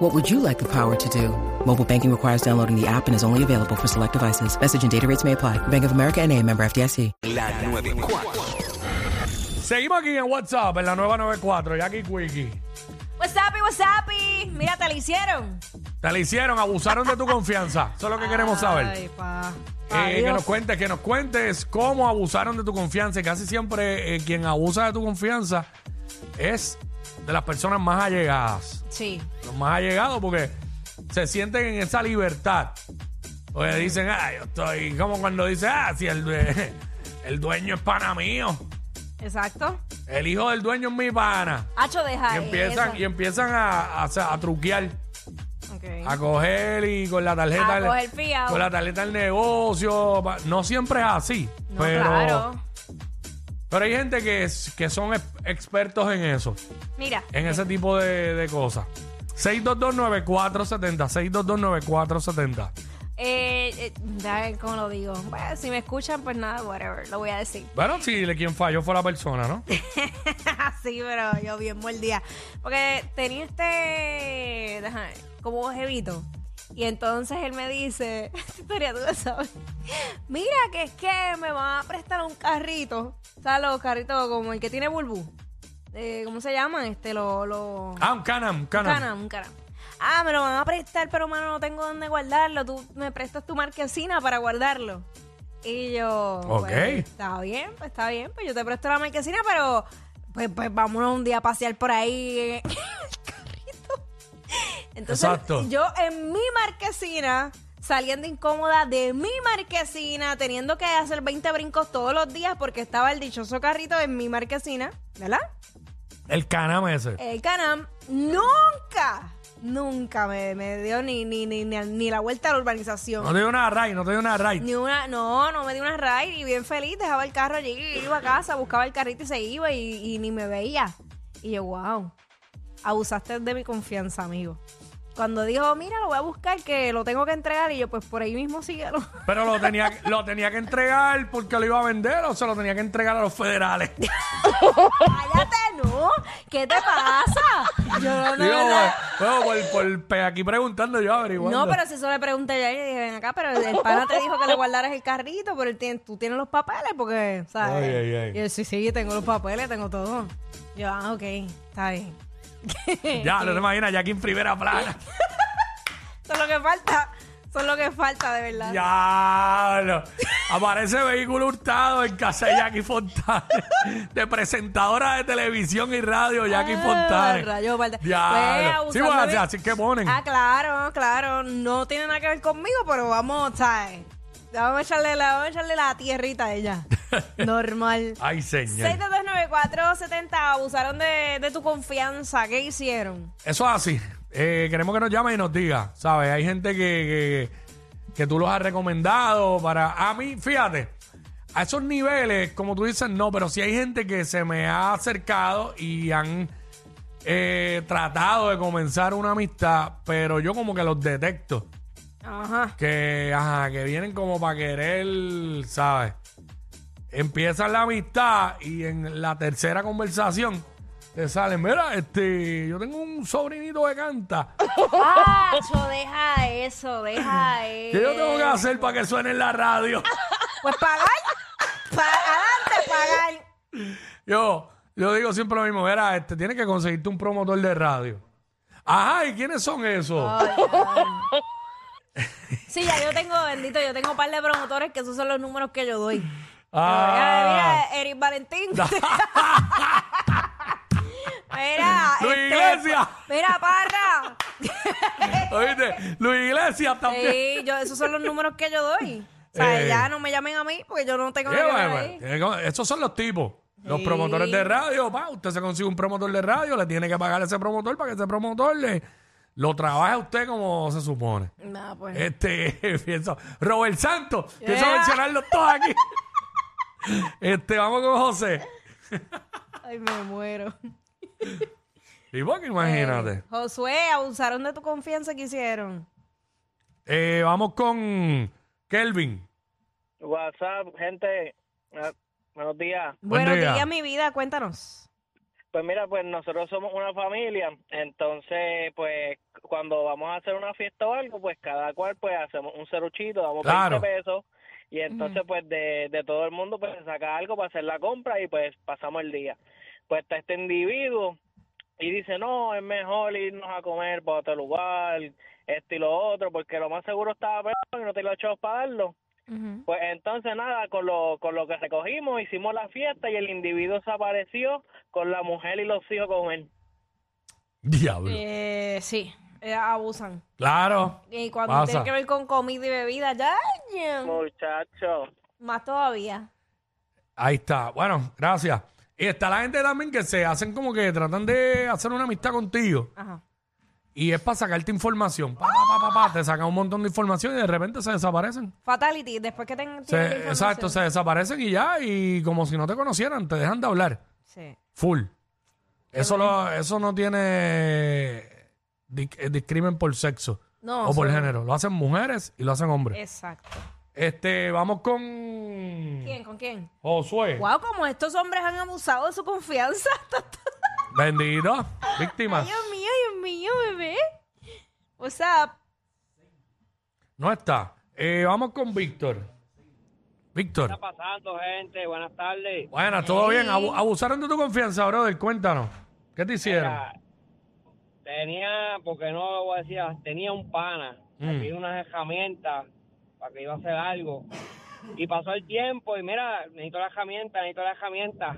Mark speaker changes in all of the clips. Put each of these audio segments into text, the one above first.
Speaker 1: What would you like the power to do? Mobile banking requires downloading the app and is only available for select devices. Message and data rates may apply. Bank of America and a member FDIC.
Speaker 2: La 94.
Speaker 3: Seguimos aquí en WhatsApp, en la nueva 94, Jackie Quickie.
Speaker 4: What's up, y what's up, y Mira, te lo hicieron.
Speaker 3: Te la hicieron, abusaron de tu confianza. Eso es lo que queremos saber.
Speaker 4: Ay, pa.
Speaker 3: Eh, que nos cuentes, que nos cuentes cómo abusaron de tu confianza. Y casi siempre eh, quien abusa de tu confianza es de las personas más allegadas.
Speaker 4: Sí.
Speaker 3: Los más allegados porque se sienten en esa libertad. Porque dicen, ah, yo estoy como cuando dice, ah, si el, due- el dueño es pana mío,
Speaker 4: Exacto.
Speaker 3: el hijo del dueño es mi pana.
Speaker 4: Hacho, deja
Speaker 3: Y empiezan,
Speaker 4: eso.
Speaker 3: y em- empiezan a, a- a truquear.
Speaker 4: Ok.
Speaker 3: a coger y con la tarjeta
Speaker 4: A
Speaker 3: el-
Speaker 4: coger fiao.
Speaker 3: con la tarjeta del negocio pa- no siempre es así
Speaker 4: No,
Speaker 3: pero
Speaker 4: claro.
Speaker 3: pero hay gente que es- que son ex- expertos en eso
Speaker 4: Mira.
Speaker 3: en ese tipo de, de cosas 6229470 6229470
Speaker 4: Eh, eh, da- ¿Cómo lo digo? Bueno, si me escuchan, pues nada, whatever. Lo voy a decir.
Speaker 3: bueno si le- quien falló fue la persona ¿no?
Speaker 4: sí, pero yo bien mordida. Porque tenía este. Deja, ver, como jevito. Y entonces él me dice, esta historia tú la sabes. Mira, que es que me van a prestar un carrito. O sea, los carritos como el que tiene bulbú. Eh, ¿Cómo se llaman? Este, los. los-
Speaker 3: ah un canam un
Speaker 4: un
Speaker 3: canam
Speaker 4: canam, un canam. Ah, me lo van a prestar, pero mano, no tengo dónde guardarlo. Tú me prestas tu marquesina para guardarlo. Y yo.
Speaker 3: Ok.
Speaker 4: pues, está bien, pues está bien. Pues yo te presto la marquesina, pero. Pues, pues vámonos un día a pasear por ahí en el carrito. Entonces,
Speaker 3: Exacto.
Speaker 4: yo en mi marquesina, saliendo incómoda de mi marquesina, teniendo que hacer 20 brincos todos los días porque estaba el dichoso carrito en mi marquesina, ¿verdad?
Speaker 3: el canam ese
Speaker 4: El Eh, Canam nunca, nunca me, me dio ni, ni, ni, ni, ni la vuelta a la urbanización.
Speaker 3: no te dio una raid no te dio una raid
Speaker 4: Ni una, no, no me dio una ride y bien feliz, dejaba el carro allí, iba a casa, buscaba el carrito y se iba y, y ni me veía. Y yo, wow, abusaste de mi confianza, amigo. Cuando dijo, mira, lo voy a buscar, que lo tengo que entregar, y yo, pues por ahí mismo síguelo.
Speaker 3: pero lo tenía lo tenía que entregar porque lo iba a vender o se lo tenía que entregar a los federales
Speaker 4: Cállate, no. ¿Qué te pasa? Yo no, no,
Speaker 3: Digo,
Speaker 4: no.
Speaker 3: bueno, por, por- pe- aquí preguntando yo averiguando.
Speaker 4: No, pero si eso le pregunté yo a él, le dije, ven acá, pero el pana te dijo que le guardaras el carrito, pero él tiene- tú tienes los papeles, porque, ¿sabes?
Speaker 3: Ay, ay, ay.
Speaker 4: Y él, sí, sí, tengo los papeles, tengo todo. Yo, ah, ok, está bien.
Speaker 3: Ya, no te imaginas, ya aquí en primera plana.
Speaker 4: Eso es lo que falta, eso es lo que falta, de verdad.
Speaker 3: Ya, no. Aparece vehículo hurtado en casa de Jackie Fontana. De presentadora de televisión y radio, Jackie Fontana.
Speaker 4: Ah, Rayo, falta.
Speaker 3: Ya.
Speaker 4: Pues,
Speaker 3: Sí, bueno,
Speaker 4: abusando
Speaker 3: así,
Speaker 4: de-
Speaker 3: así que ponen.
Speaker 4: Ah, claro, claro. No tiene nada que ver conmigo, pero vamos, ¿sabes? Vamos a echarle la, vamos a echarle la tierrita a ella. Normal.
Speaker 3: Ay, señor.
Speaker 4: 6229470 abusaron de, de tu confianza. ¿Qué hicieron?
Speaker 3: Eso es así. Eh, queremos que nos llame y nos diga, ¿sabes? Hay gente que, que, que tú los has recomendado para... A mí, fíjate, a esos niveles, como tú dices, no, pero sí hay gente que se me ha acercado y han eh, tratado de comenzar una amistad, pero yo como que los detecto,
Speaker 4: Ajá.
Speaker 3: que, ajá, que vienen como para querer, ¿sabes? Empiezan la amistad y en la tercera conversación te salen, mira, este, yo tengo un sobrinito que canta.
Speaker 4: Pacho, deja eso, deja eso.
Speaker 3: ¿Qué yo tengo que hacer para que suene en la radio?
Speaker 4: Pues pagar. Pa adelante, pagar.
Speaker 3: Yo, yo digo siempre lo mismo, mira, este, tienes que conseguirte un promotor de radio. Ajá, ¿y quiénes son esos?
Speaker 4: Sí, ya yo tengo, bendito, yo tengo un par de promotores que esos son los números que yo doy.
Speaker 3: Ah,
Speaker 4: Mira, mira, Eric Valentín. mira, este,
Speaker 3: Luis Iglesias.
Speaker 4: Mira, parra.
Speaker 3: Ah, ¿Oíste? Luis Iglesias también.
Speaker 4: Sí, yo, esos son los números que yo doy. O sea,
Speaker 3: Eh.
Speaker 4: ya no me llamen a mí porque yo no tengo
Speaker 3: Sí,
Speaker 4: nada que
Speaker 3: bueno,
Speaker 4: ver
Speaker 3: bueno,
Speaker 4: ahí.
Speaker 3: tiene que- esos son los tipos. Los
Speaker 4: Sí.
Speaker 3: promotores de radio, pa, usted se consigue un promotor de radio, le tiene que pagar a ese promotor para que ese promotor le, lo trabaje a usted como se supone. Eh.
Speaker 4: Nada, pues.
Speaker 3: Este, pienso, Robert Santos, pienso
Speaker 4: Yeah.
Speaker 3: mencionarlos todos aquí. Este, vamos con José.
Speaker 4: Ay, me muero.
Speaker 3: Y porque imagínate.
Speaker 4: Eh, Josué, abusaron de tu confianza que hicieron.
Speaker 3: Eh, vamos con Kelvin.
Speaker 2: WhatsApp, gente, ah, buenos días.
Speaker 3: Buen
Speaker 4: Buenos
Speaker 3: día.
Speaker 4: días, mi vida, cuéntanos.
Speaker 2: Pues mira, pues nosotros somos una familia, entonces pues cuando vamos a hacer una fiesta o algo, pues cada cual pues hacemos un ceruchito, damos
Speaker 3: Claro.
Speaker 2: 20 pesos y entonces pues de, de todo el mundo pues se saca algo para hacer la compra y pues pasamos el día. Pues está este individuo y dice, no, es mejor irnos a comer para otro lugar, este y lo otro, porque lo más seguro estaba peor y no te lo echamos para darlo.
Speaker 4: Ujú.
Speaker 2: Pues entonces nada, con lo, con lo que recogimos, hicimos la fiesta y el individuo se apareció con la mujer y los hijos con él.
Speaker 3: Diablo.
Speaker 4: Eh, sí, eh, abusan.
Speaker 3: Claro.
Speaker 4: Y cuando
Speaker 3: Pasa.
Speaker 4: tiene que ver con comida y bebida, ya, ya,
Speaker 2: Muchacho.
Speaker 4: más todavía.
Speaker 3: Ahí está. Bueno, gracias. Y está la gente también que se hacen como que tratan de hacer una amistad contigo.
Speaker 4: Ajá.
Speaker 3: Y es para sacarte información. Pa, pa, pa, pa, pa. Te sacan un montón de información y de repente se desaparecen.
Speaker 4: Fatality, después que tengan
Speaker 3: Se- exacto, se desaparecen y ya. Y como si no te conocieran, te dejan de hablar.
Speaker 4: Sí.
Speaker 3: Full. Eso, lo- eso no tiene dis- eh, discrimen por sexo
Speaker 4: No,
Speaker 3: o por
Speaker 4: sí. Eh.
Speaker 3: género. Lo hacen mujeres y lo hacen hombres.
Speaker 4: Exacto.
Speaker 3: Este, vamos con
Speaker 4: ¿Quién? ¿Con quién?
Speaker 3: Josué.
Speaker 4: Wow, como estos hombres han abusado de su confianza.
Speaker 3: Bendito. Víctima.
Speaker 4: Ay, Dios mío, Dios mío, bebé. O sea,
Speaker 3: No está. Eh, vamos con Víctor. Víctor.
Speaker 2: pasando, gente? Buenas tardes.
Speaker 3: Bueno, todo bien. Abu- abusaron de tu confianza, brother. Cuéntanos. ¿Qué te hicieron?
Speaker 2: Mira, tenía, porque no lo voy a decir, tenía un pana, me
Speaker 3: Mm.
Speaker 2: pidió unas herramientas para que iba a hacer algo. Y pasó el tiempo y mira, necesito la herramienta, necesito la herramienta.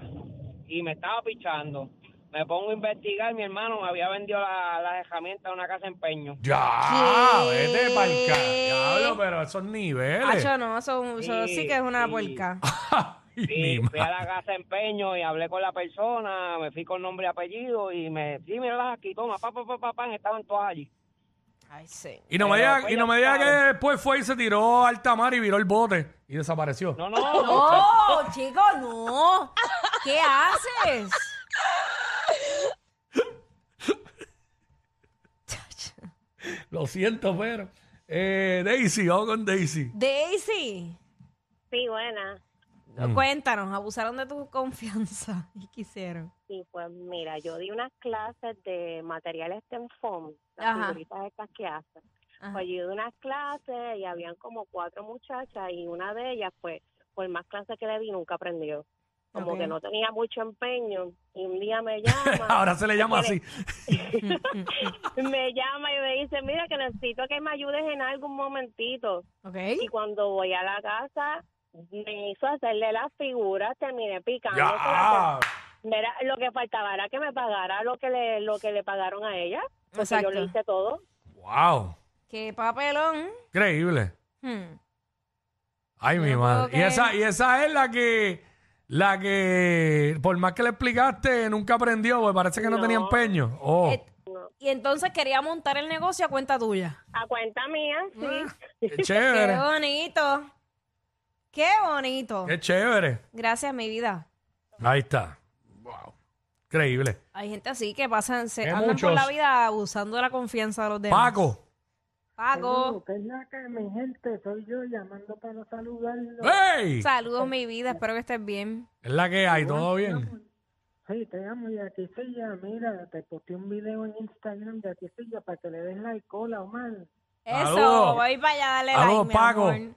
Speaker 2: Y me estaba pichando. Me pongo a investigar, mi hermano me había vendido la- las herramientas a una casa de empeño.
Speaker 3: Ya,
Speaker 4: ¿Qué?
Speaker 3: vete para el Diablo, pero esos niveles.
Speaker 4: Hacho, no, eso, eso sí,
Speaker 2: Sí,
Speaker 4: que es una
Speaker 2: sí.
Speaker 4: puerca.
Speaker 3: Ay, mi
Speaker 2: Sí, fui a
Speaker 3: madre.
Speaker 2: la casa de empeño y hablé con la persona, me fui con nombre y apellido y me, sí, mira, aquí, toma, pa, pa, pa, pa, pan, estaban todas allí.
Speaker 4: Ay, sí.
Speaker 3: Y no me
Speaker 2: Pero
Speaker 3: diga,
Speaker 2: pues, fue
Speaker 3: y no me diga que
Speaker 2: lanzado.
Speaker 3: después fue y se tiró al tamar y viró el bote y desapareció.
Speaker 2: No, no,
Speaker 4: No, Oh, chico, no. ¿Qué haces?
Speaker 3: Lo siento, pero. Eh, Daisy, vamos con Daisy.
Speaker 4: Daisy,
Speaker 5: Sí, buena.
Speaker 3: Mm.
Speaker 4: cuéntanos, abusaron de tu confianza y quisieron.
Speaker 5: Sí, pues mira, yo di unas clases de materiales de foam, las
Speaker 4: Ajá.
Speaker 5: figuritas estas que hacen. Pues yo di unas clases y habían como cuatro muchachas y una de ellas, pues, por más clases que le di, nunca aprendió. Como
Speaker 4: Ok.
Speaker 5: que no tenía mucho empeño. Y un día me llama,
Speaker 3: Ahora se le llama así.
Speaker 5: me llama y me dice, mira, que necesito que me ayudes en algo un momentito.
Speaker 4: ¿Ok?
Speaker 5: Y cuando voy a la casa, me hizo hacerle las figuras, terminé picando.
Speaker 3: Ya.
Speaker 5: Mira, lo que faltaba era que me pagara lo que le, lo que le pagaron a ella. Porque
Speaker 4: Exacto.
Speaker 5: yo le hice todo.
Speaker 3: Wow.
Speaker 4: Qué papelón.
Speaker 3: Increíble.
Speaker 4: Hmm.
Speaker 3: Ay, mi
Speaker 4: No
Speaker 3: madre.
Speaker 4: puedo
Speaker 3: Y
Speaker 4: creer.
Speaker 3: esa, y esa es la que, la que, por más que le explicaste, nunca aprendió, pues parece que no, tenía
Speaker 5: No.
Speaker 3: empeño. Oh.
Speaker 4: Et- Y entonces quería montar el negocio a cuenta tuya.
Speaker 5: A cuenta mía, sí.
Speaker 3: Qué
Speaker 4: Qué
Speaker 3: chévere.
Speaker 4: bonito. Qué bonito.
Speaker 3: Qué chévere.
Speaker 4: Gracias, mi vida.
Speaker 3: Ahí está. Wow. Increíble.
Speaker 4: Hay gente así que pasan, se
Speaker 3: Hay
Speaker 4: andan por
Speaker 3: muchos.
Speaker 4: la vida abusando de la confianza de los demás.
Speaker 3: Paco.
Speaker 4: Paco.
Speaker 6: ¿Qué es la que mi gente? Soy yo llamando para saludarlo.
Speaker 3: ¡Ey!
Speaker 4: Saludos, mi vida. Espero que estés bien.
Speaker 3: Es la que hay, todo bien.
Speaker 6: Sí, te amo y aquí sí ya, mira, te posté un video en Instagram de aquí sí ya para que le des like, hola Omar.
Speaker 4: Eso,
Speaker 3: Saludos.
Speaker 4: voy para allá, dale
Speaker 3: Saludos,
Speaker 4: like, mi
Speaker 3: Paco.
Speaker 4: amor.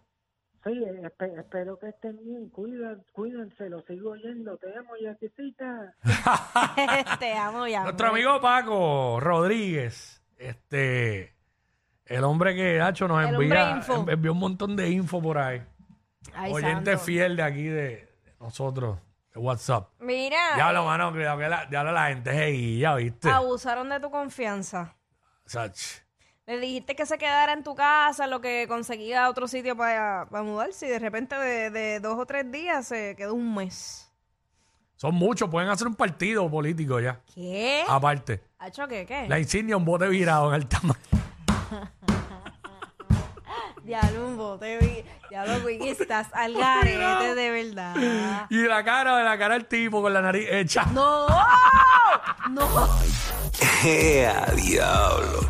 Speaker 6: Sí, espe- espero que estén bien, cuidan, cuídense, lo sigo oyendo, te amo y aquí sí ya.
Speaker 4: Te amo ya.
Speaker 3: Nuestro amigo Paco Rodríguez, este, el hombre que Hacho nos
Speaker 4: El
Speaker 3: envía,
Speaker 4: hombre info.
Speaker 3: en- envió un montón de info por ahí.
Speaker 4: Ay,
Speaker 3: Oyente
Speaker 4: santo.
Speaker 3: fiel de aquí de, de nosotros, de WhatsApp.
Speaker 4: Mira,
Speaker 3: Ya lo mano, cuidado que la, diablo, la gente es guilla, ¿viste?
Speaker 4: abusaron de tu confianza.
Speaker 3: Sach.
Speaker 4: Le dijiste que se quedara en tu casa, lo que conseguía otro sitio para, para mudarse y de repente de, de dos o tres días se quedó un mes.
Speaker 3: Son muchos, pueden hacer un partido político ya.
Speaker 4: ¿Qué?
Speaker 3: Aparte,
Speaker 4: ¿Hacho qué? ¿Qué?
Speaker 3: la insignia un bote virado en el tamaño.
Speaker 4: Ya, Lumbo, te vi. Ya, lo Wiki, estás al garete, de verdad.
Speaker 3: Y la cara, de la cara del tipo con la nariz hecha.
Speaker 4: ¡No! ¡No!
Speaker 7: ¡Ea, diablo!